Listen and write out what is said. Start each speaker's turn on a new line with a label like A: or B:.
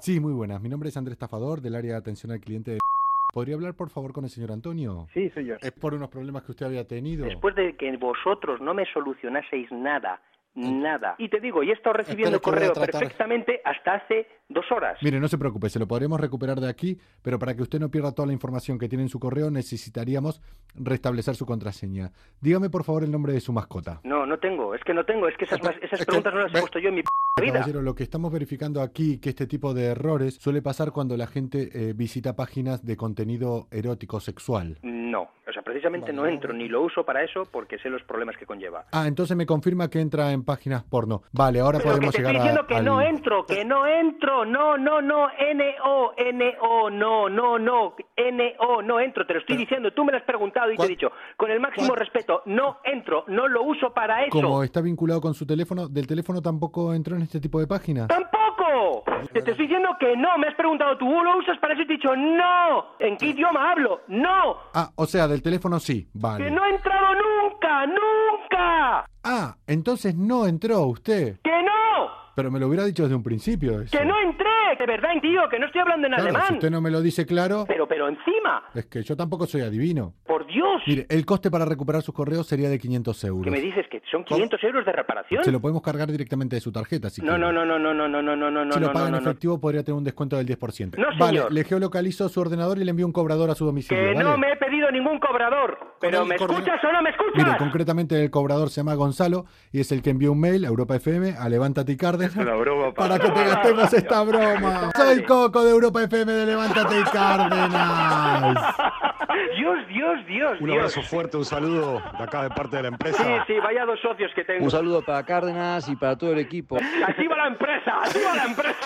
A: Sí, muy buenas. Mi nombre es Andrés Tafador, del área de atención al cliente de... ¿Podría hablar, por favor, con el señor Antonio?
B: Sí, soy yo.
A: Es por unos problemas que usted había tenido.
B: Después de que vosotros no me solucionaseis nada, nada. Y te digo, y he estado recibiendo
A: Mm. Espera que voy a
B: correo
A: tratar.
B: perfectamente hasta hace dos horas.
A: Mire, no se preocupe, se lo podremos recuperar de aquí, pero para que usted no pierda toda la información que tiene en su correo, necesitaríamos restablecer su contraseña. Dígame, por favor, el nombre de su mascota.
B: No, no tengo, es que no tengo, es que esas,
A: Espe-
B: más- esas
A: es que-
B: preguntas no las
A: ve-
B: he puesto yo en mi p- vida.
A: Caballero, lo que estamos verificando aquí, que este tipo de errores suele pasar cuando la gente eh, visita páginas de contenido erótico sexual.
B: No, o sea, precisamente no entro ni lo uso para eso porque sé los problemas que conlleva.
A: Ah, entonces me confirma que entra en páginas porno. Vale, ahora
B: Pero que
A: podemos
B: te estoy
A: llegar a-
B: diciendo que
A: al-
B: no entro, que no entro, no, no, no, N-O, N-O, no, no, no, N-O, no entro, te lo estoy diciendo, tú me lo has preguntado y te he
A: ¿Cuál-
B: dicho, con el máximo
A: cuál-
B: respeto, no entro, no lo uso para eso.
A: Como está vinculado con su teléfono, ¿del teléfono tampoco entró en este tipo de páginas?
B: ¡Tampoco! Te estoy diciendo que no, me has preguntado, ¿tú lo usas para eso? Y te he dicho, no, ¿en qué idioma hablo? No,
A: Ah, o sea, del teléfono sí,
B: que
A: vale.
B: no he entrado nunca, nunca,
A: Ah, entonces no entró usted.
B: que no,
A: Pero me lo hubiera dicho desde un principio eso.
B: que no entré, de verdad, tío, que no estoy hablando en
A: Claro, si
B: alemán.
A: usted no me lo dice claro,
B: Pero, pero encima,
A: es que yo tampoco soy adivino.
B: por Dios.
A: Mire, el coste para recuperar sus correos sería de 500
B: ¿Qué
A: euros.
B: me dices? ¿Que son 500 euros de reparación?
A: Se lo podemos cargar directamente de su tarjeta, si
B: No,
A: quiere.
B: no, no, no, no, no, no, no, no, no,
A: Si lo
B: no,
A: paga
B: no, no,
A: en
B: no.
A: efectivo, podría tener un descuento del 10%.
B: No,
A: vale,
B: señor.
A: le geolocalizo su ordenador y le envío un cobrador a su domicilio.
B: Que
A: ¿vale?
B: no me he pedido ningún cobrador. ¿Pero
A: el
B: me
A: correo-
B: escuchas o no me
A: Mire,
B: escuchas?
A: concretamente el cobrador se llama Gonzalo y es el que envió un mail a Europa FM, a Levántate y Cárdenas, para que te gastemos esta broma. Soy Coco de Europa FM de Levántate y Cárdenas.
B: Dios, Dios, Dios,
C: Un
B: Dios.
C: abrazo fuerte, un saludo de acá de parte de la
B: Sí,
C: empresa.
B: sí, vaya dos socios que tengo.
D: Un saludo para Cárdenas y para todo el equipo.
B: Así va la empresa, así va la empresa.